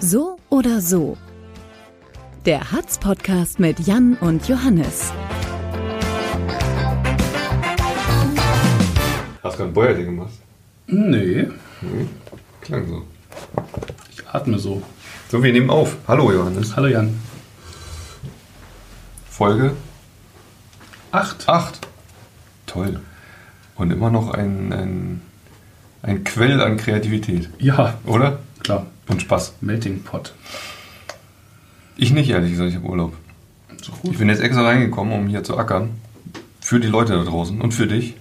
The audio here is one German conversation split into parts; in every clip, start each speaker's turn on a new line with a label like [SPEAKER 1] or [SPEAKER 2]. [SPEAKER 1] So oder so. Der Hatz-Podcast mit Jan und Johannes.
[SPEAKER 2] Hast du gerade ein Bäuerding gemacht?
[SPEAKER 3] Nee,
[SPEAKER 2] Nee. Klang so.
[SPEAKER 3] ich atme so.
[SPEAKER 2] So, wir nehmen auf. Hallo Johannes.
[SPEAKER 3] Hallo Jan.
[SPEAKER 2] Folge
[SPEAKER 3] Acht.
[SPEAKER 2] 8. Toll. Und immer noch ein, ein, ein Quell an Kreativität,
[SPEAKER 3] Ja,
[SPEAKER 2] oder?
[SPEAKER 3] klar.
[SPEAKER 2] Und Spaß.
[SPEAKER 3] Melting Pot.
[SPEAKER 2] Ich nicht, ehrlich gesagt, ich habe Urlaub.
[SPEAKER 3] So
[SPEAKER 2] Ich
[SPEAKER 3] gut.
[SPEAKER 2] bin jetzt extra reingekommen, um hier zu ackern. Für die Leute da draußen und für dich.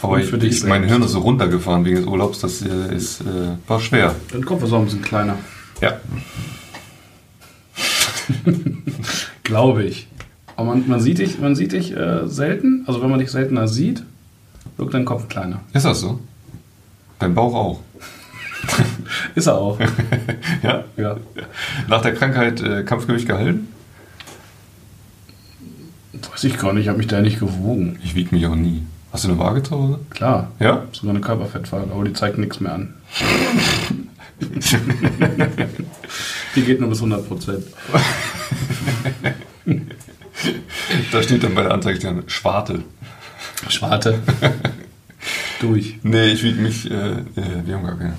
[SPEAKER 2] Aber
[SPEAKER 3] Und für
[SPEAKER 2] ich,
[SPEAKER 3] dich
[SPEAKER 2] ich, mein
[SPEAKER 3] selbst.
[SPEAKER 2] Hirn ist so runtergefahren wegen des Urlaubs, das äh, ist, äh, war schwer.
[SPEAKER 3] Dann kommt was auch ein bisschen kleiner.
[SPEAKER 2] Ja.
[SPEAKER 3] Glaube ich. Aber man, man sieht dich, man sieht dich äh, selten. Also wenn man dich seltener sieht, wirkt dein Kopf kleiner.
[SPEAKER 2] Ist das so? Dein Bauch auch.
[SPEAKER 3] Ist er auch.
[SPEAKER 2] Ja?
[SPEAKER 3] ja.
[SPEAKER 2] Nach der Krankheit äh, Kampfgewicht gehalten?
[SPEAKER 3] Weiß ich gar nicht, ich habe mich da nicht gewogen.
[SPEAKER 2] Ich wiege mich auch nie. Hast du eine Waage zu Hause?
[SPEAKER 3] Klar.
[SPEAKER 2] Ja?
[SPEAKER 3] Ich hab Sogar eine Körperfettwaage, aber die zeigt nichts mehr an. Die geht nur bis 100%.
[SPEAKER 2] Da steht dann bei der Anzeige dran, Schwarte.
[SPEAKER 3] Schwarte. Durch.
[SPEAKER 2] Nee, ich wiege mich, äh, äh, wir haben gar keine.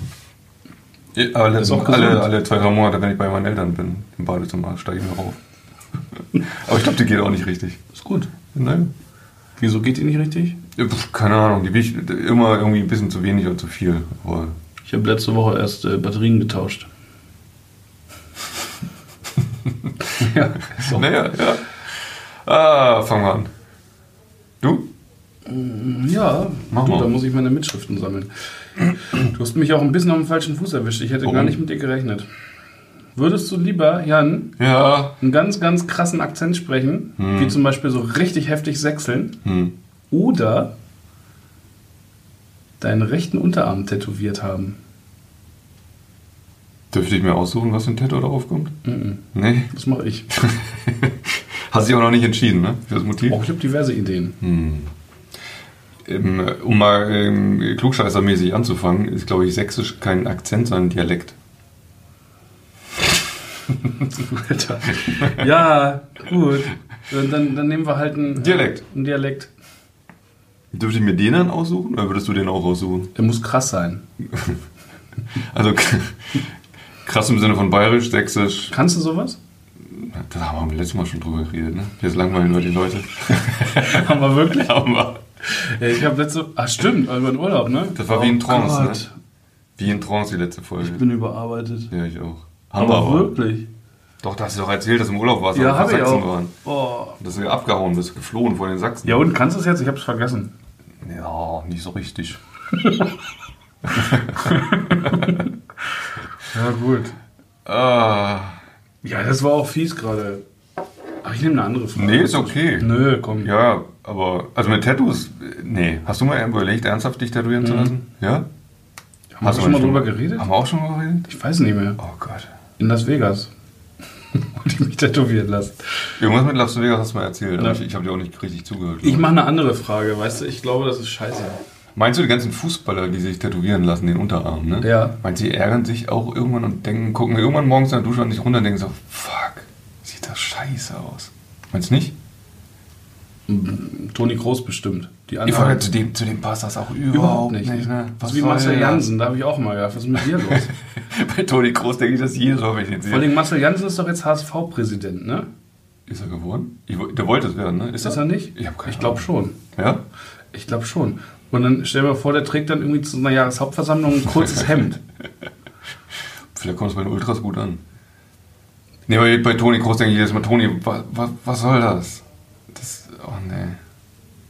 [SPEAKER 2] Eh, Alle,
[SPEAKER 3] Ist auch
[SPEAKER 2] alle,
[SPEAKER 3] gesund.
[SPEAKER 2] alle zwei, drei Monate, wenn ich bei meinen Eltern bin, im Badezimmer, steige ich mir rauf. Aber ich glaube, die geht auch nicht richtig.
[SPEAKER 3] Ist gut.
[SPEAKER 2] Nein?
[SPEAKER 3] Wieso geht die nicht richtig?
[SPEAKER 2] Ja, pf, Keine Ahnung, die wiegt immer irgendwie ein bisschen zu wenig oder zu viel. Aber
[SPEAKER 3] Ich habe letzte Woche erst äh, Batterien getauscht. ja, so.
[SPEAKER 2] Naja, ja. Ah, fangen wir an. Du?
[SPEAKER 3] ja
[SPEAKER 2] Mach
[SPEAKER 3] du,
[SPEAKER 2] mal.
[SPEAKER 3] da muss ich meine Mitschriften sammeln. Du hast mich auch ein bisschen auf dem falschen Fuß erwischt. Ich hätte gar
[SPEAKER 2] Warum?
[SPEAKER 3] nicht mit dir gerechnet. Würdest du lieber, Jan,
[SPEAKER 2] Ja.
[SPEAKER 3] einen ganz, ganz krassen Akzent sprechen, wie zum Beispiel so richtig heftig sechseln,
[SPEAKER 2] Hm.
[SPEAKER 3] oder deinen rechten Unterarm tätowiert haben?
[SPEAKER 2] Dürfte ich mir aussuchen, was für ein Tattoo darauf kommt?
[SPEAKER 3] Mhm.
[SPEAKER 2] Nee.
[SPEAKER 3] Das mache ich.
[SPEAKER 2] Hast dich auch noch nicht entschieden, ne? Für das Motiv?
[SPEAKER 3] Oh, ich habe diverse Ideen.
[SPEAKER 2] Hm. Ähm, um mal ähm, klugscheißermäßig anzufangen, ist, glaube ich, Sächsisch kein Akzent, sondern Dialekt.
[SPEAKER 3] Alter. Ja, gut. Dann, dann, dann nehmen wir halt einen
[SPEAKER 2] Dialekt.
[SPEAKER 3] Einen Dialekt.
[SPEAKER 2] Dürfte ich mir den dann aussuchen oder würdest du den auch aussuchen?
[SPEAKER 3] Der muss krass sein.
[SPEAKER 2] Also krass im Sinne von bayerisch, sächsisch.
[SPEAKER 3] Kannst du sowas?
[SPEAKER 2] Da haben wir beim letzten Mal schon drüber geredet, ne? Jetzt langweilen wir die Leute.
[SPEAKER 3] Haben wir wirklich?
[SPEAKER 2] haben wir.
[SPEAKER 3] Ja, Ich habe letzte. Ach stimmt, über den Urlaub, ne?
[SPEAKER 2] Das war wie in Trance, ne?
[SPEAKER 3] Gott,
[SPEAKER 2] Wie in Trance die letzte Folge.
[SPEAKER 3] Ich bin überarbeitet.
[SPEAKER 2] ja, ich auch.
[SPEAKER 3] Aber, wirklich?
[SPEAKER 2] Doch, da hast du doch erzählt, dass du im Urlaub warst,
[SPEAKER 3] Ja,
[SPEAKER 2] als
[SPEAKER 3] habe
[SPEAKER 2] wir in
[SPEAKER 3] ich
[SPEAKER 2] Sachsen
[SPEAKER 3] auch.
[SPEAKER 2] waren.
[SPEAKER 3] Boah.
[SPEAKER 2] Dass du abgehauen bist, geflohen vor den Sachsen.
[SPEAKER 3] Ja und kannst du es jetzt? Ich habe es vergessen.
[SPEAKER 2] Ja, nicht so richtig.
[SPEAKER 3] Ja gut.
[SPEAKER 2] Ah.
[SPEAKER 3] Ja, das war auch fies gerade. Aber ich nehme eine andere Frage.
[SPEAKER 2] Nee, ist okay.
[SPEAKER 3] Nö, komm.
[SPEAKER 2] Ja, aber also mit Tattoos, äh, nee. Hast du mal überlegt, ernsthaft dich tätowieren zu lassen? Ja?
[SPEAKER 3] Mhm. Haben wir schon mal drüber geredet?
[SPEAKER 2] Haben wir auch schon mal geredet?
[SPEAKER 3] Ich weiß nicht mehr.
[SPEAKER 2] Oh Gott.
[SPEAKER 3] In Las Vegas. Wollte ich mich tätowieren lassen.
[SPEAKER 2] Irgendwas mit Las Vegas hast du mal erzählt, aber
[SPEAKER 3] Ja.
[SPEAKER 2] ich, ich habe dir auch nicht richtig zugehört.
[SPEAKER 3] Ich
[SPEAKER 2] glaub
[SPEAKER 3] mache eine andere Frage, weißt du? Ich glaube, das ist scheiße.
[SPEAKER 2] Meinst du die ganzen Fußballer, die sich tätowieren lassen, den Unterarm, ne?
[SPEAKER 3] Ja.
[SPEAKER 2] Meinst du, die ärgern sich auch irgendwann und denken, gucken irgendwann morgens in der Dusche und nicht runter und denken so, fuck, sieht das scheiße aus. Meinst du nicht?
[SPEAKER 3] Toni Groß bestimmt. Die
[SPEAKER 2] Ich
[SPEAKER 3] anderen
[SPEAKER 2] frage zu dem, zu dem passt das auch überhaupt,
[SPEAKER 3] überhaupt nicht.
[SPEAKER 2] ne? Was
[SPEAKER 3] Das ist wie
[SPEAKER 2] soll
[SPEAKER 3] Marcel
[SPEAKER 2] das?
[SPEAKER 3] Jansen, da habe ich auch mal gedacht, was ist mit dir los?
[SPEAKER 2] Bei Toni Groß denke ich das jedes Mal, wenn ich den
[SPEAKER 3] Vor
[SPEAKER 2] sehe.
[SPEAKER 3] allem Marcel Jansen ist doch jetzt HSV-Präsident, ne?
[SPEAKER 2] Ist er geworden? Ich, wo- der wollte es werden, ne?
[SPEAKER 3] Ist das er nicht?
[SPEAKER 2] Ich hab keine
[SPEAKER 3] ich glaube schon.
[SPEAKER 2] Ja?
[SPEAKER 3] Ich glaube schon. Und dann stell dir mal vor, der trägt dann irgendwie zu einer Jahreshauptversammlung ein kurzes Hemd.
[SPEAKER 2] Vielleicht kommt es bei den Ultras gut an. Nee, aber bei Toni Groß denke ich jedes Mal, Toni, was, was, was soll das? Das, oh nee.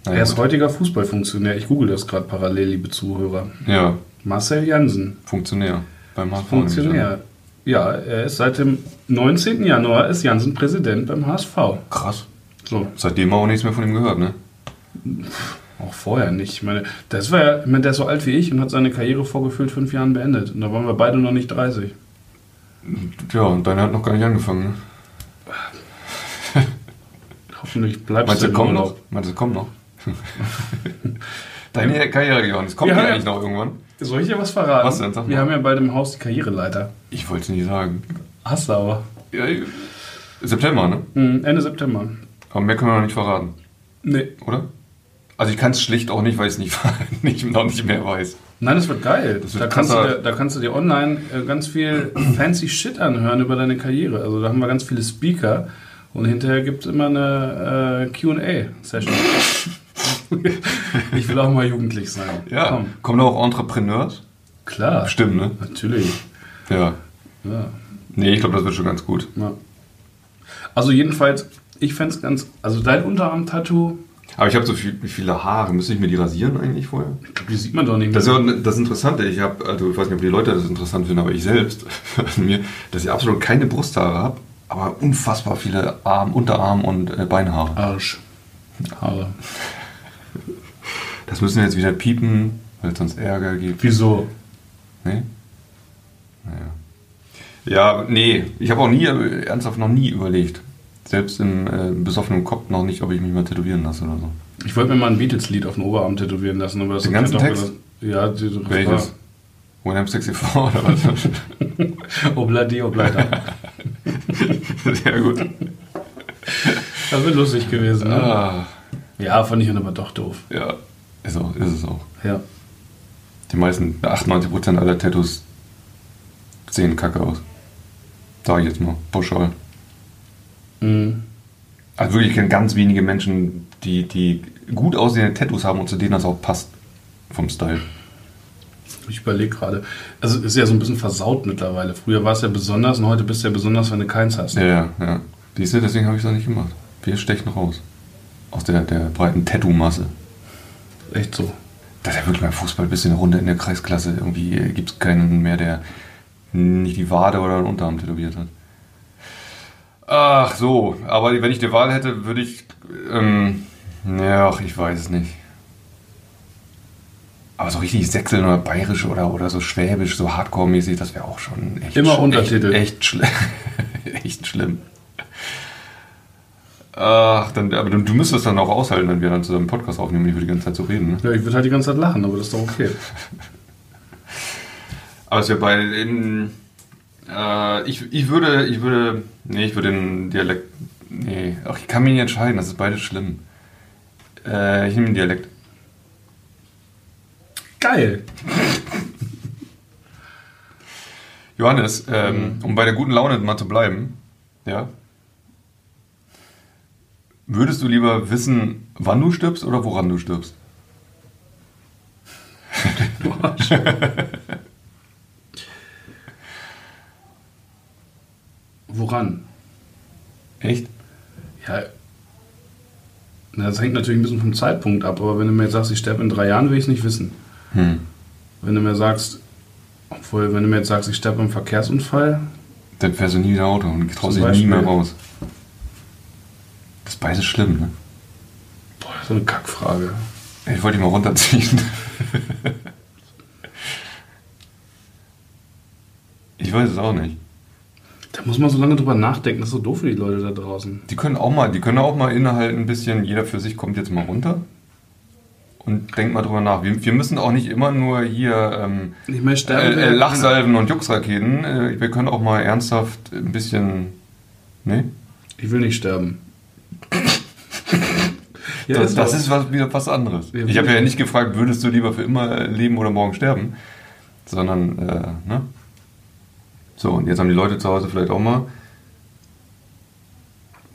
[SPEAKER 2] Naja,
[SPEAKER 3] er ist
[SPEAKER 2] gut.
[SPEAKER 3] heutiger Fußballfunktionär. Ich google das gerade parallel, liebe Zuhörer.
[SPEAKER 2] Ja,
[SPEAKER 3] Marcel Jansen,
[SPEAKER 2] Funktionär. Beim HSV nämlich, ne?
[SPEAKER 3] Funktionär. Ja, er ist seit dem 19. Januar ist Jansen Präsident beim HSV.
[SPEAKER 2] Krass.
[SPEAKER 3] So,
[SPEAKER 2] Seitdem auch nichts mehr von ihm gehört, ne?
[SPEAKER 3] Auch vorher nicht. Ich meine, das war ja, ich meine, der ist so alt wie ich und hat seine Karriere vorgefühlt fünf Jahren beendet. Und da waren wir beide noch nicht 30.
[SPEAKER 2] Ja, und deine hat noch gar nicht angefangen, ne?
[SPEAKER 3] Hoffentlich bleibst
[SPEAKER 2] Meinst
[SPEAKER 3] du
[SPEAKER 2] du,
[SPEAKER 3] im
[SPEAKER 2] kommt noch?
[SPEAKER 3] Urlaub.
[SPEAKER 2] Meinst du, kommt noch? Deine Karriere, Johannes, kommt
[SPEAKER 3] Ja,
[SPEAKER 2] die
[SPEAKER 3] ja.
[SPEAKER 2] eigentlich noch irgendwann?
[SPEAKER 3] Soll ich dir was verraten?
[SPEAKER 2] Was denn? Sag mal.
[SPEAKER 3] Wir haben ja bei dem Haus die Karriereleiter.
[SPEAKER 2] Ich wollte es nie sagen.
[SPEAKER 3] Hast du aber.
[SPEAKER 2] Ja, ich- September, ne?
[SPEAKER 3] Mhm, Ende September.
[SPEAKER 2] Aber mehr können wir noch nicht verraten,
[SPEAKER 3] Nee.
[SPEAKER 2] oder? Also ich kann es schlicht auch nicht, weil ich es nicht, nicht, noch nicht mehr weiß.
[SPEAKER 3] Nein, das wird geil.
[SPEAKER 2] wird
[SPEAKER 3] da, kannst du
[SPEAKER 2] krasser.
[SPEAKER 3] dir, da kannst du dir online äh, ganz viel fancy Shit anhören über deine Karriere. Also da haben wir ganz viele Speaker und hinterher gibt es immer eine äh, QA-Session. ich will auch mal jugendlich sein.
[SPEAKER 2] Ja,
[SPEAKER 3] Komm.
[SPEAKER 2] kommen da auch Entrepreneurs?
[SPEAKER 3] Klar,
[SPEAKER 2] Bestimmt, ne?
[SPEAKER 3] natürlich.
[SPEAKER 2] Ja.
[SPEAKER 3] Ja.
[SPEAKER 2] Nee, ich glaube, das wird schon ganz gut.
[SPEAKER 3] Ja. Also jedenfalls, ich fände es ganz... Also dein Unterarm-Tattoo,
[SPEAKER 2] Aber ich habe so viel, viele Haare. Müsste ich mir die rasieren eigentlich vorher?
[SPEAKER 3] ich glaub, die sieht man doch nicht mehr.
[SPEAKER 2] Das ist ja ne, das Interessante. Ich habe, also ich weiß nicht, ob die Leute das interessant finden, aber ich selbst, an mir, dass ich absolut keine Brusthaare habe, aber unfassbar viele Arm, Unterarm und äh, Beinhaare.
[SPEAKER 3] Arsch. Haare.
[SPEAKER 2] Das müssen wir jetzt wieder piepen, weil es sonst Ärger gibt.
[SPEAKER 3] Wieso?
[SPEAKER 2] Nee? Ne? Naja. Ja, nee. Ich habe auch nie, äh, ernsthaft noch nie überlegt. Selbst im äh, besoffenen Kopf noch nicht, ob ich mich mal tätowieren lasse oder so.
[SPEAKER 3] Ich wollte mir mal ein Beatles-Lied auf den Oberarm tätowieren lassen, aber das
[SPEAKER 2] Den ganzen
[SPEAKER 3] doch-
[SPEAKER 2] Text?
[SPEAKER 3] Ja, die,
[SPEAKER 2] Welches? When I'm 64 E oder was?
[SPEAKER 3] Obladi, Oblada.
[SPEAKER 2] Sehr gut.
[SPEAKER 3] Das wäre lustig gewesen, ne?
[SPEAKER 2] Ah,
[SPEAKER 3] Ja, fand ich dann aber doch doof.
[SPEAKER 2] ja, ist, auch, ist es auch.
[SPEAKER 3] Ja.
[SPEAKER 2] Die meisten, 98% aller Tattoos sehen kacke aus. Sag ich jetzt mal, pauschal.
[SPEAKER 3] Mhm.
[SPEAKER 2] Also wirklich, ich kenne ganz wenige Menschen, die, die gut aussehende Tattoos haben und zu denen das auch passt. Vom Style.
[SPEAKER 3] Ich überlege gerade. Also ist ja so ein bisschen versaut mittlerweile. Früher war es ja besonders und heute bist du ja besonders, wenn du keins hast.
[SPEAKER 2] Ja, ja, ja. Siehst du, deswegen habe ich es auch nicht gemacht. Wir stechen raus. Aus der, der breiten Tattoo-Masse.
[SPEAKER 3] Echt so.
[SPEAKER 2] Das ist ja wirklich beim Fußball ein bisschen eine Runde in der Kreisklasse. Irgendwie gibt es keinen mehr, der nicht die Wade oder den Unterarm tätowiert hat. Ach so, aber wenn ich die Wahl hätte, würde ich. Ähm, ja, ach, ich weiß es nicht. Aber so richtig Sächseln oder Bayerisch oder, oder so Schwäbisch, so Hardcore-mäßig, das wäre auch schon echt
[SPEAKER 3] Immer
[SPEAKER 2] sch-
[SPEAKER 3] Untertitel.
[SPEAKER 2] Echt, echt, schl echt schlimm. Ach, dann, aber du, du müsstest dann auch aushalten, wenn wir dann zusammen einen Podcast aufnehmen und ich würde die ganze Zeit so reden. Ne?
[SPEAKER 3] Ja, ich würde halt die ganze Zeit lachen, aber das ist doch okay.
[SPEAKER 2] Aber es wäre Also bei in, äh, ich, ich würde, ich würde, nee, ich würde den Dialekt, nee, ach, ich kann mich nicht entscheiden, das ist beides schlimm. Äh, ich nehme den Dialekt.
[SPEAKER 3] Geil.
[SPEAKER 2] Johannes, ähm,
[SPEAKER 3] Mhm.
[SPEAKER 2] um bei der guten Laune mal zu bleiben, ja, würdest du lieber wissen, wann du stirbst oder woran du stirbst?
[SPEAKER 3] Du Arsch. Woran?
[SPEAKER 2] Echt?
[SPEAKER 3] Ja. Na, Das hängt natürlich ein bisschen vom Zeitpunkt ab, aber wenn du mir jetzt sagst, ich sterbe in drei Jahren, will ich es nicht wissen.
[SPEAKER 2] Hm.
[SPEAKER 3] Wenn du mir sagst, obwohl, wenn du mir jetzt sagst, ich sterbe im Verkehrsunfall,
[SPEAKER 2] Dann fährst du nie wieder Auto und traust
[SPEAKER 3] Zum
[SPEAKER 2] dich nie
[SPEAKER 3] Beispiel.
[SPEAKER 2] mehr raus. Das ist beides schlimm, ne?
[SPEAKER 3] boah, das ist eine Kackfrage.
[SPEAKER 2] Ich wollte ihn mal runterziehen. ich weiß es auch nicht.
[SPEAKER 3] Da muss man so lange drüber nachdenken, das ist so doof für die Leute da draußen.
[SPEAKER 2] Die können auch mal, die können auch mal innehalten ein bisschen, jeder für sich kommt jetzt mal runter und denkt mal drüber nach. Wir, wir müssen auch nicht immer nur hier ähm,
[SPEAKER 3] Ich meine, sterben
[SPEAKER 2] äh, äh,
[SPEAKER 3] wäre-
[SPEAKER 2] Lachsalven und Juxraketen. Äh, wir können auch mal ernsthaft ein bisschen. ne? Nee?
[SPEAKER 3] Ich will nicht sterben. ja, also,
[SPEAKER 2] das, das
[SPEAKER 3] so.
[SPEAKER 2] ist was, wieder was anderes.
[SPEAKER 3] Ja,
[SPEAKER 2] ich habe
[SPEAKER 3] wir-
[SPEAKER 2] ja nicht gefragt, würdest du lieber für immer leben oder morgen sterben, sondern, äh, ne? So, und jetzt haben die Leute zu Hause vielleicht auch mal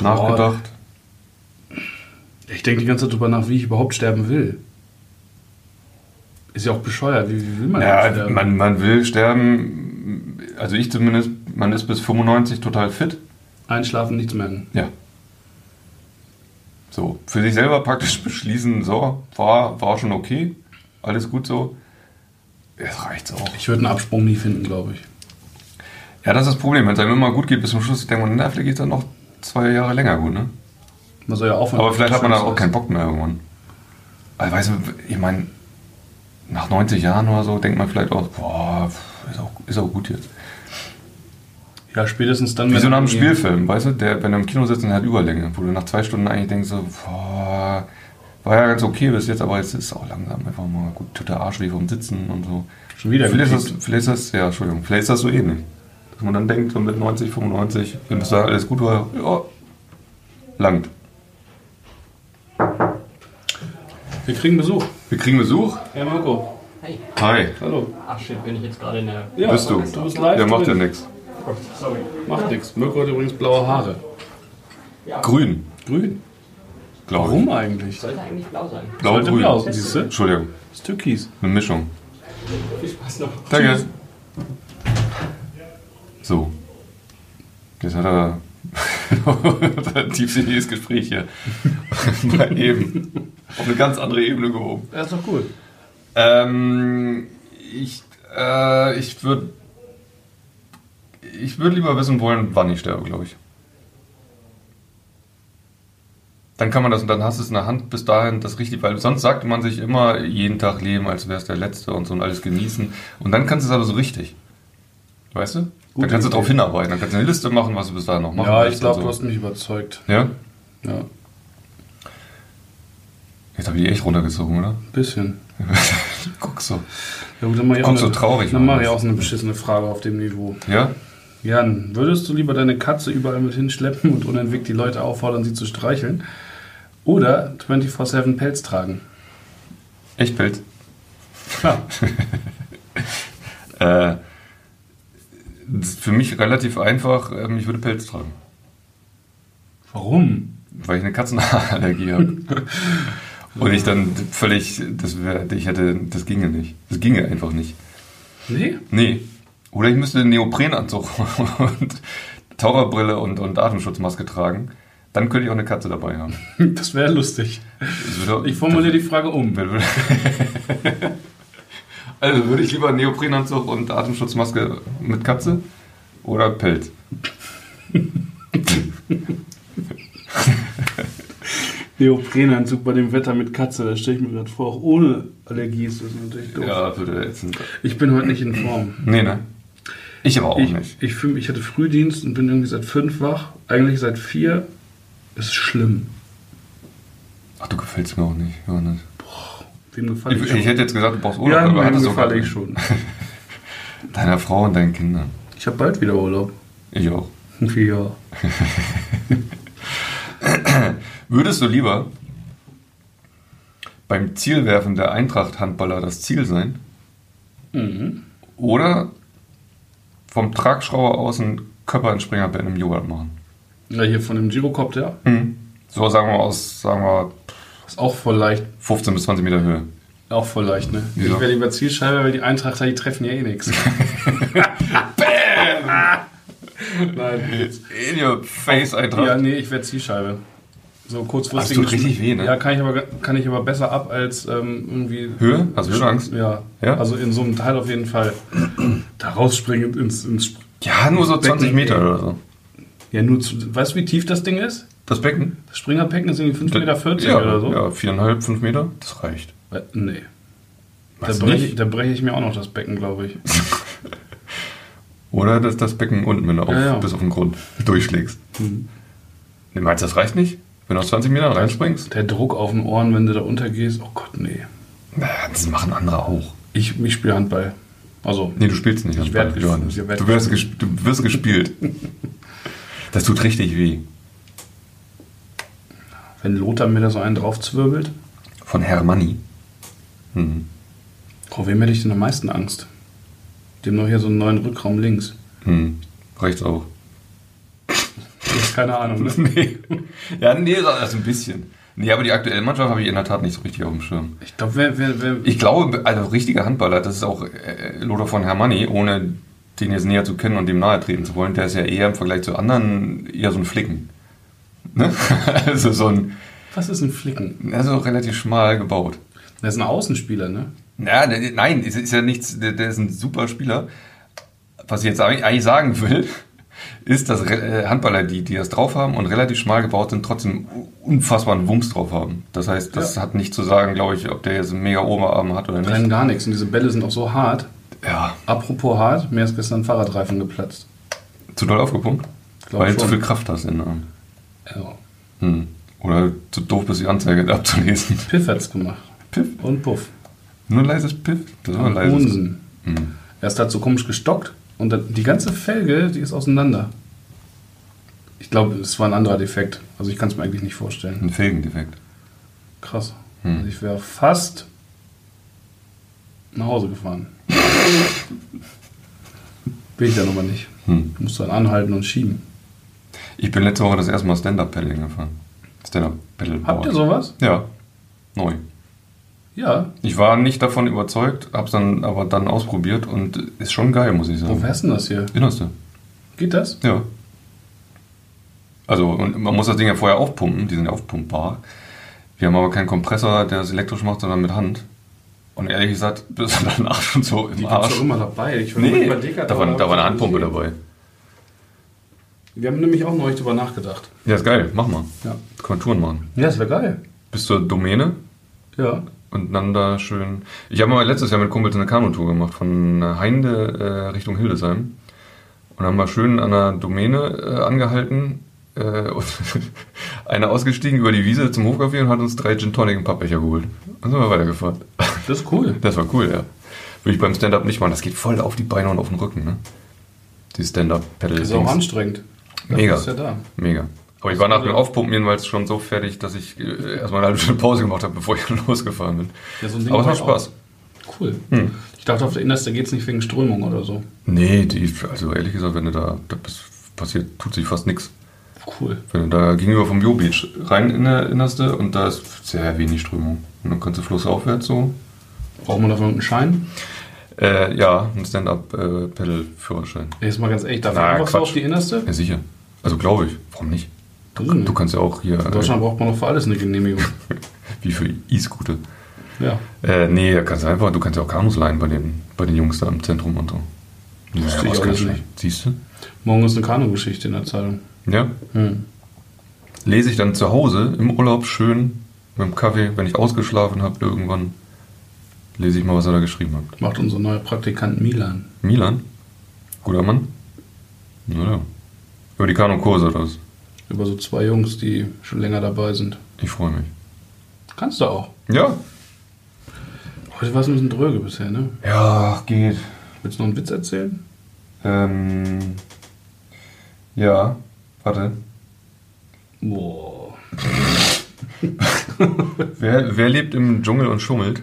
[SPEAKER 2] nachgedacht.
[SPEAKER 3] Ich denke die ganze Zeit drüber nach, wie ich überhaupt sterben will. Ist ja auch bescheuert, wie, wie will man denn
[SPEAKER 2] Ja,
[SPEAKER 3] sterben?
[SPEAKER 2] man, man will sterben, also ich zumindest, man ist bis 95 total fit.
[SPEAKER 3] Einschlafen, nichts merken.
[SPEAKER 2] Ja. So, für sich selber praktisch beschließen, so, war, war schon okay, alles gut so. Es reicht's auch.
[SPEAKER 3] Ich würde einen Absprung nie finden, glaube ich.
[SPEAKER 2] Ja, das ist das Problem. Wenn es einem immer gut geht bis zum Schluss, denkt man, na, vielleicht geht es E dann noch zwei Jahre länger gut, ne?
[SPEAKER 3] Man soll ja aufhören.
[SPEAKER 2] Aber vielleicht hat man da auch keinen
[SPEAKER 3] kein.
[SPEAKER 2] Bock mehr irgendwann. Also, weißt du, ich meine, nach 90 Jahren oder so denkt man vielleicht auch, boah, ist auch, ist auch gut jetzt.
[SPEAKER 3] Ja, spätestens dann,
[SPEAKER 2] Wie so nach einem
[SPEAKER 3] irgendwie-
[SPEAKER 2] Spielfilm, weißt du, der, wenn du im Kino sitzt und hat Überlänge, wo du nach zwei Stunden eigentlich denkst so, boah, War ja ganz okay bis jetzt, aber jetzt ist es auch langsam einfach mal gut. Tut der Arsch weh vom Sitzen und so.
[SPEAKER 3] Schon wieder
[SPEAKER 2] Vielleicht ist,
[SPEAKER 3] gekickt.
[SPEAKER 2] das, vielleicht ist das, ja, Entschuldigung, vielleicht ist das so ähnlich. Dass man dann denkt, so mit 90, 95, wenn bis da alles gut war, ja, langt.
[SPEAKER 3] Wir kriegen Besuch.
[SPEAKER 2] Wir kriegen Besuch.
[SPEAKER 3] Hey Marco,
[SPEAKER 4] Hey.
[SPEAKER 2] Hi,
[SPEAKER 3] hallo.
[SPEAKER 4] Ach shit, bin ich jetzt gerade in der...
[SPEAKER 3] Ja,
[SPEAKER 2] bist du?
[SPEAKER 3] Du bist live.
[SPEAKER 2] Der macht ja
[SPEAKER 3] drin.
[SPEAKER 2] nichts.
[SPEAKER 4] Oh, sorry.
[SPEAKER 3] Macht nichts. Mirko hat übrigens blaue Haare.
[SPEAKER 2] Grün,
[SPEAKER 3] Grün.
[SPEAKER 2] glaube ich.
[SPEAKER 3] Warum eigentlich?
[SPEAKER 4] Sollte eigentlich blau sein.
[SPEAKER 3] Sollte
[SPEAKER 2] Blau-grün.
[SPEAKER 3] blau, siehst du?
[SPEAKER 2] Entschuldigung,
[SPEAKER 3] Ist türkis.
[SPEAKER 2] eine Mischung.
[SPEAKER 4] Viel Spaß noch.
[SPEAKER 2] Danke. So. Jetzt hat er ein tiefsinniges Gespräch hier. Mal eben. Auf eine ganz andere Ebene gehoben.
[SPEAKER 3] Das ist doch gut.
[SPEAKER 2] Ähm, ich äh, ich würde ich würde lieber wissen wollen, wann ich sterbe, glaube ich. Dann kann man das und dann hast du es in der Hand bis dahin das richtig, weil sonst sagt man sich immer jeden Tag leben, als wäre es der letzte und so und alles genießen. Und dann kannst du es aber so richtig. Weißt du?
[SPEAKER 3] Gute
[SPEAKER 2] dann kannst du
[SPEAKER 3] Idee.
[SPEAKER 2] darauf hinarbeiten. Dann kannst du eine Liste machen, was du bis dahin noch machen
[SPEAKER 3] Ja, ich
[SPEAKER 2] willst und
[SPEAKER 3] glaube, du
[SPEAKER 2] so.
[SPEAKER 3] hast mich überzeugt.
[SPEAKER 2] Ja?
[SPEAKER 3] Ja, ein
[SPEAKER 2] Jetzt habe ich die echt runtergezogen, oder?
[SPEAKER 3] bisschen.
[SPEAKER 2] Guck so.
[SPEAKER 3] Ja, gut, dann mach ich auch
[SPEAKER 2] Kommst
[SPEAKER 3] eine,
[SPEAKER 2] du traurig,
[SPEAKER 3] Dann
[SPEAKER 2] Mann.
[SPEAKER 3] mache ich auch so eine beschissene Frage auf dem Niveau.
[SPEAKER 2] Ja?
[SPEAKER 3] Jan, würdest du lieber deine Katze überall mit hinschleppen und unentwegt die Leute auffordern, sie zu streicheln? Oder 24-7 Pelz tragen?
[SPEAKER 2] Echt Pilz?
[SPEAKER 3] Klar.
[SPEAKER 2] Äh, das ist für mich relativ einfach, ähm, ich würde Pelz tragen,
[SPEAKER 3] Warum?
[SPEAKER 2] weil ich eine Katzenallergie habe. Und ich dann völlig, das wär, ich hätte, das ginge nicht. Das ginge einfach nicht.
[SPEAKER 3] Nee?
[SPEAKER 2] Nee. Oder ich müsste einen Neoprenanzug und Taucherbrille und, und Atemschutzmaske tragen. Dann könnte ich auch eine Katze dabei haben.
[SPEAKER 3] Das wäre lustig.
[SPEAKER 2] Das würde-
[SPEAKER 3] Ich formuliere die Frage um.
[SPEAKER 2] Wer würde- Also würde ich lieber einen Neoprenanzug und Atemschutzmaske mit Katze oder Pelz?
[SPEAKER 3] Neoprenanzug bei dem Wetter mit Katze, das stelle ich mir gerade vor. Auch ohne Allergie ist das natürlich doof.
[SPEAKER 2] Ja, würde jetzt. ein-
[SPEAKER 3] Ich bin heute nicht in Form.
[SPEAKER 2] Nee, ne? Ich aber auch
[SPEAKER 3] Ich,
[SPEAKER 2] nicht.
[SPEAKER 3] ich, fühl, ich hatte Frühdienst und bin irgendwie seit fünf wach. Eigentlich seit vier. Ist schlimm.
[SPEAKER 2] Ach, du gefällst mir auch nicht. Johannes.
[SPEAKER 3] Wem gefällt
[SPEAKER 2] Ich,
[SPEAKER 3] ich,
[SPEAKER 2] ich hätte jetzt gesagt, du brauchst Urlaub,
[SPEAKER 3] Ja, meinem
[SPEAKER 2] hattest du
[SPEAKER 3] gefalle
[SPEAKER 2] gar
[SPEAKER 3] ich
[SPEAKER 2] nicht.
[SPEAKER 3] schon.
[SPEAKER 2] Deiner Frau und deinen Kindern.
[SPEAKER 3] Ich habe bald wieder Urlaub.
[SPEAKER 2] Ich auch.
[SPEAKER 3] Ja.
[SPEAKER 2] Würdest du lieber beim Zielwerfen der Eintracht-Handballer das Ziel sein
[SPEAKER 3] Mhm.
[SPEAKER 2] oder vom Tragschrauber aus einen Körperinspringer bei einem Joghurt machen?
[SPEAKER 3] Ja, hier von dem Girocopter.
[SPEAKER 2] Mhm. So, sagen wir aus, sagen wir,
[SPEAKER 3] Ist auch voll leicht.
[SPEAKER 2] 15 bis 20 Meter Höhe.
[SPEAKER 3] Auch voll leicht, ne?
[SPEAKER 2] Wieso?
[SPEAKER 3] Ich wäre lieber Zielscheibe, weil die Eintrachter, die treffen ja eh nichts. Nein.
[SPEAKER 2] In your face, Eintracht.
[SPEAKER 3] Ja, nee, ich wäre Zielscheibe. So kurzfristig.
[SPEAKER 2] Ah, es tut richtig weh, ne?
[SPEAKER 3] Ja, kann ich aber, kann ich aber besser ab als ähm, irgendwie.
[SPEAKER 2] Höhe? Hast du Höhenangst?
[SPEAKER 3] Ja.
[SPEAKER 2] Ja?
[SPEAKER 3] Also in so einem Teil auf jeden Fall. Da rausspringend ins. ins
[SPEAKER 2] Ja, nur so 20
[SPEAKER 3] Becken-
[SPEAKER 2] Meter oder so.
[SPEAKER 3] ja, nur zu. Weißt du, wie tief das Ding ist?
[SPEAKER 2] Das Becken?
[SPEAKER 3] Das Springerbecken ist irgendwie 5,40 Meter
[SPEAKER 2] ja,
[SPEAKER 3] oder so.
[SPEAKER 2] Ja, viereinhalb, fünf Meter, das reicht.
[SPEAKER 3] Äh, nee. Da
[SPEAKER 2] Meinst du
[SPEAKER 3] breche
[SPEAKER 2] nicht?
[SPEAKER 3] da brech ich mir auch noch das Becken, glaube ich.
[SPEAKER 2] Oder dass das Becken unten, wenn du auf,
[SPEAKER 3] Ja, Hm. ja.
[SPEAKER 2] bis auf den Grund durchschlägst. Nee, meinst du, das reicht nicht? Wenn du aus 20 Metern reinspringst?
[SPEAKER 3] Der Druck auf den Ohren, wenn du da untergehst, oh Gott, nee.
[SPEAKER 2] Na, das machen andere auch.
[SPEAKER 3] Ich, ich spiele Handball. Also,
[SPEAKER 2] Nee, du spielst nicht. Ich
[SPEAKER 3] werd ges-
[SPEAKER 2] Johannes.
[SPEAKER 3] ich werd
[SPEAKER 2] Du, wirst ges du wirst gespielt. Das tut richtig weh.
[SPEAKER 3] wenn Lothar mir da so einen draufzwirbelt,
[SPEAKER 2] Von Hermanni. Mhm.
[SPEAKER 3] vor wem hätte ich denn am meisten Angst? Dem noch hier so einen neuen Rückraum links.
[SPEAKER 2] Mhm. Reicht's auch.
[SPEAKER 3] Ich hab keine Ahnung, ne?
[SPEAKER 2] nee. Ja, nee, das ist ein bisschen. Nee, aber die aktuelle Mannschaft habe ich in der Tat nicht so richtig auf dem Schirm.
[SPEAKER 3] Ich glaube, wer, wer, wer.
[SPEAKER 2] Ich glaube, also richtiger Handballer, das ist auch äh, Lothar von Hermanni, ohne den jetzt näher zu kennen und dem nahe treten zu wollen, der ist ja eher im Vergleich zu anderen eher so ein Flicken. Ne? Also so ein,
[SPEAKER 3] Was ist ein Flicken?
[SPEAKER 2] also relativ schmal gebaut.
[SPEAKER 3] Der ist ein Außenspieler, ne?
[SPEAKER 2] Ja, der- nein, es ist ja nichts, der, der ist ein super Spieler. Was ich jetzt eigentlich eigentlich sagen will, ist, dass Re- äh, Handballer, die, die das drauf haben und relativ schmal gebaut sind, trotzdem u- unfassbaren Wumms drauf haben. Das heißt, das
[SPEAKER 3] Ja.
[SPEAKER 2] hat nicht zu sagen, glaube ich, ob der jetzt einen mega Oberarm hat oder
[SPEAKER 3] Rennen
[SPEAKER 2] nicht.
[SPEAKER 3] gar nichts. Und diese Bälle sind auch so hart.
[SPEAKER 2] Ja,
[SPEAKER 3] Apropos hart, mir ist gestern ein Fahrradreifen geplatzt.
[SPEAKER 2] zu doll aufgepumpt.
[SPEAKER 3] Glaub
[SPEAKER 2] weil du
[SPEAKER 3] schon.
[SPEAKER 2] zu viel Kraft hast in den Armen.
[SPEAKER 3] Also,
[SPEAKER 2] ne? Hm. Oder zu doof bist, die Anzeige da abzulesen.
[SPEAKER 3] Piff hat's gemacht.
[SPEAKER 2] Piff?
[SPEAKER 3] Und Puff.
[SPEAKER 2] Nur ein leises Piff? Das war ein
[SPEAKER 3] Ne, Und
[SPEAKER 2] leises.
[SPEAKER 3] Unsen.
[SPEAKER 2] Mhm.
[SPEAKER 3] Hm. Er ist dazu komisch gestockt und dann- die ganze Felge, die ist auseinander. Ich glaube, es war ein anderer Defekt. Also ich kann es mir eigentlich nicht vorstellen.
[SPEAKER 2] Ein Felgendefekt.
[SPEAKER 3] Krass.
[SPEAKER 2] Hm.
[SPEAKER 3] Also ich wäre fast nach Hause gefahren. Bin ich dann aber nicht.
[SPEAKER 2] Hm.
[SPEAKER 3] Musst dann anhalten und schieben.
[SPEAKER 2] Ich bin letzte Woche das erste Mal Stand-Up-Paddling gefahren. Stand-Up-Paddleboard.
[SPEAKER 3] Habt ihr sowas?
[SPEAKER 2] Ja. Neu.
[SPEAKER 3] Ja.
[SPEAKER 2] Ich war nicht davon überzeugt, hab's dann aber dann ausprobiert und ist schon geil, muss ich
[SPEAKER 3] Wo
[SPEAKER 2] sagen.
[SPEAKER 3] wär's denn das hier?
[SPEAKER 2] Innerste.
[SPEAKER 3] Geht das?
[SPEAKER 2] Ja. Also, und man muss das Ding ja vorher aufpumpen, die sind ja aufpumpbar. Wir haben aber keinen Kompressor, der das elektrisch macht, sondern mit Hand. Und ehrlich gesagt, bist du danach schon so im
[SPEAKER 3] Die gibt's
[SPEAKER 2] Arsch.
[SPEAKER 3] doch immer dabei. Ich war
[SPEAKER 2] Nee,
[SPEAKER 3] immer dicker,
[SPEAKER 2] da war,
[SPEAKER 3] aber
[SPEAKER 2] da war eine
[SPEAKER 3] hab ich
[SPEAKER 2] Handpumpe
[SPEAKER 3] gesehen.
[SPEAKER 2] dabei.
[SPEAKER 3] Wir haben nämlich auch neulich drüber nachgedacht.
[SPEAKER 2] Ja, ist geil, mach mal.
[SPEAKER 3] Ja.
[SPEAKER 2] Kann man Touren machen.
[SPEAKER 3] Ja, das wäre geil.
[SPEAKER 2] Bis zur Domäne
[SPEAKER 3] Ja.
[SPEAKER 2] und dann da schön. Ich habe mal letztes Jahr mit Kumpels eine Kanutour gemacht, von Heinde äh, Richtung Hildesheim. Und haben mal schön an der Domäne äh, angehalten. Äh, und einer ausgestiegen über die Wiese zum Hofcafé und hat uns drei Gin Tonic im Pappbecher geholt. Dann sind wir weitergefahren.
[SPEAKER 3] Das ist cool.
[SPEAKER 2] Das war cool, ja. Würde ich beim Stand-Up nicht machen. Das geht voll auf die Beine und auf den Rücken, ne? Die Stand-Up-Pedal.
[SPEAKER 3] Das ist auch anstrengend. Dafür
[SPEAKER 2] Mega.
[SPEAKER 3] Ist ja da.
[SPEAKER 2] Mega. Aber ich war nach dem Aufpumpen jedenfalls schon so fertig, dass ich äh, erstmal eine halbe Stunde Pause gemacht habe, bevor ich losgefahren bin.
[SPEAKER 3] Ja, so ein Ding
[SPEAKER 2] Aber es macht
[SPEAKER 3] braucht
[SPEAKER 2] Spaß. Hm.
[SPEAKER 3] auch- Cool. Ich dachte, auf der Innerste geht es nicht wegen Strömung oder so.
[SPEAKER 2] Nee, die, also ehrlich gesagt, wenn du da, da bist, passiert, tut sich fast nichts.
[SPEAKER 3] Cool.
[SPEAKER 2] Wenn du da gegenüber vom Jo Beach rein in der Innerste und da ist sehr wenig Strömung. Und dann kannst du flussaufwärts so.
[SPEAKER 3] Braucht man dafür irgendeinen Schein?
[SPEAKER 2] Äh, ja, ein äh, Stand-Up-Pedal-Führerschein.
[SPEAKER 3] Jetzt mal ganz ehrlich, darf
[SPEAKER 2] Na,
[SPEAKER 3] man einfach so
[SPEAKER 2] Quatsch.
[SPEAKER 3] auf die Innerste?
[SPEAKER 2] ja, sicher. Also glaube ich. Warum nicht?
[SPEAKER 3] Hm.
[SPEAKER 2] Du kannst ja auch hier,
[SPEAKER 3] In
[SPEAKER 2] äh,
[SPEAKER 3] Deutschland braucht man doch für alles eine Genehmigung.
[SPEAKER 2] wie für E-Scooter.
[SPEAKER 3] ja.
[SPEAKER 2] Äh, nee, da kannst du einfach, du kannst ja auch Kanus leihen bei den, bei den Jungs da im Zentrum und so.
[SPEAKER 3] Wusste
[SPEAKER 2] Ja,
[SPEAKER 3] ich
[SPEAKER 2] was
[SPEAKER 3] alles
[SPEAKER 2] kannst du-
[SPEAKER 3] nicht.
[SPEAKER 2] Siehst du?
[SPEAKER 3] Morgen ist eine Kanu-Geschichte in der Zeitung.
[SPEAKER 2] Ja.
[SPEAKER 3] Hm.
[SPEAKER 2] Lese ich dann zu Hause im Urlaub schön mit dem Kaffee, wenn ich ausgeschlafen habe irgendwann, lese ich mal, was er da geschrieben hat.
[SPEAKER 3] Macht unser neuer Praktikant Milan.
[SPEAKER 2] Milan, guter Mann. Naja. Über die Kanu-Kurse oder was?
[SPEAKER 3] Über so zwei Jungs, die schon länger dabei sind.
[SPEAKER 2] Ich freue mich.
[SPEAKER 3] Kannst du auch.
[SPEAKER 2] Ja.
[SPEAKER 3] Heute war es ein bisschen dröge bisher, ne?
[SPEAKER 2] Ja, geht.
[SPEAKER 3] Willst du noch einen Witz erzählen?
[SPEAKER 2] Ähm. Ja. Warte.
[SPEAKER 3] Boah.
[SPEAKER 2] Wer, wer lebt im Dschungel und schummelt?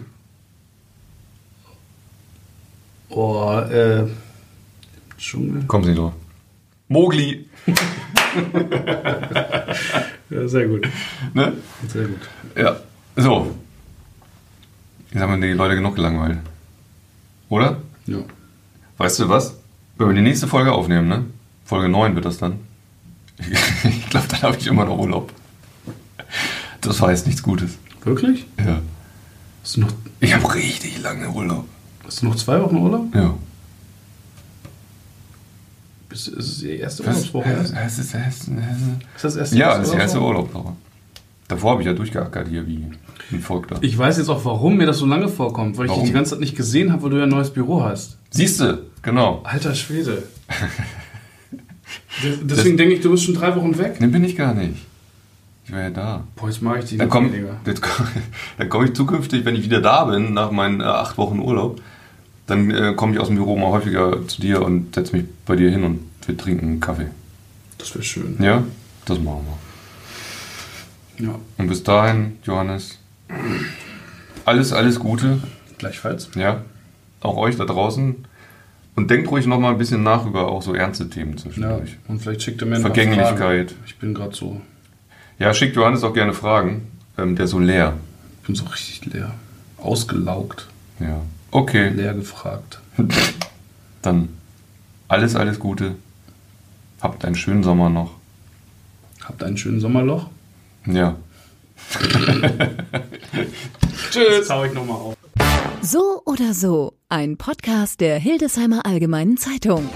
[SPEAKER 3] Boah, äh. Dschungel.
[SPEAKER 2] Kommen Sie drauf. Mogli.
[SPEAKER 3] Ja, sehr gut.
[SPEAKER 2] Ne?
[SPEAKER 3] Sehr gut.
[SPEAKER 2] Ja. So. Jetzt haben wir die Leute genug gelangweilt. Oder?
[SPEAKER 3] Ja.
[SPEAKER 2] Weißt du was? Wenn wir die nächste Folge aufnehmen, ne? Folge 9 wird das dann. Ich glaube, dann habe ich immer noch Urlaub. Das war jetzt nichts Gutes.
[SPEAKER 3] Wirklich?
[SPEAKER 2] Ja.
[SPEAKER 3] Hast du noch,
[SPEAKER 2] Ich habe richtig lange Urlaub.
[SPEAKER 3] hast du noch zwei Wochen Urlaub?
[SPEAKER 2] Ja.
[SPEAKER 3] Ist, ist es die erste
[SPEAKER 2] Was?
[SPEAKER 3] Urlaubswoche?
[SPEAKER 2] Es
[SPEAKER 3] erst?
[SPEAKER 2] ist- es ist- es ist-
[SPEAKER 3] Ist das erste
[SPEAKER 2] Ja, das ist die erste
[SPEAKER 3] Urlaubswoche?
[SPEAKER 2] Urlaubswoche. Davor habe ich ja durchgeackert hier wie ein Volk da.
[SPEAKER 3] Ich weiß jetzt auch, warum mir das so lange vorkommt, weil ich dich
[SPEAKER 2] Warum?
[SPEAKER 3] die ganze Zeit nicht gesehen habe, weil du ja ein neues Büro hast.
[SPEAKER 2] Siehst du? Genau.
[SPEAKER 3] Alter Schwede. De- Deswegen denke ich, du bist schon drei Wochen weg.
[SPEAKER 2] Ne, bin ich gar nicht. Ich war ja da.
[SPEAKER 3] Boah, jetzt mag ich dich
[SPEAKER 2] Dann
[SPEAKER 3] noch
[SPEAKER 2] komme
[SPEAKER 3] weniger.
[SPEAKER 2] komm, dann komm ich zukünftig, wenn ich wieder da bin, nach meinen äh, acht Wochen Urlaub, dann äh, komme ich aus dem Büro mal häufiger zu dir und setze mich bei dir hin und wir trinken einen Kaffee.
[SPEAKER 3] Das wäre schön.
[SPEAKER 2] Ja, das machen wir.
[SPEAKER 3] Ja,
[SPEAKER 2] Und bis dahin, Johannes, alles, alles Gute.
[SPEAKER 3] gleichfalls.
[SPEAKER 2] Ja, auch euch da draußen. Und denkt ruhig noch mal ein bisschen nach über auch so ernste Themen
[SPEAKER 3] Ja,
[SPEAKER 2] zwischendurch.
[SPEAKER 3] und vielleicht schickt er mir ein paar
[SPEAKER 2] Vergänglichkeit.
[SPEAKER 3] Fragen. Ich bin gerade so,
[SPEAKER 2] Ja. schickt Johannes auch gerne Fragen. Ähm, der ist so leer.
[SPEAKER 3] ich bin so richtig leer. Ausgelaugt,
[SPEAKER 2] Ja. Okay,
[SPEAKER 3] leer gefragt.
[SPEAKER 2] dann alles, alles Gute. Habt einen schönen Sommer noch.
[SPEAKER 3] Habt einen schönen Sommerloch.
[SPEAKER 2] Ja.
[SPEAKER 3] Tschüss. Das zauber ich nochmal auf.
[SPEAKER 1] So oder so, ein Podcast der Hildesheimer Allgemeinen Zeitung.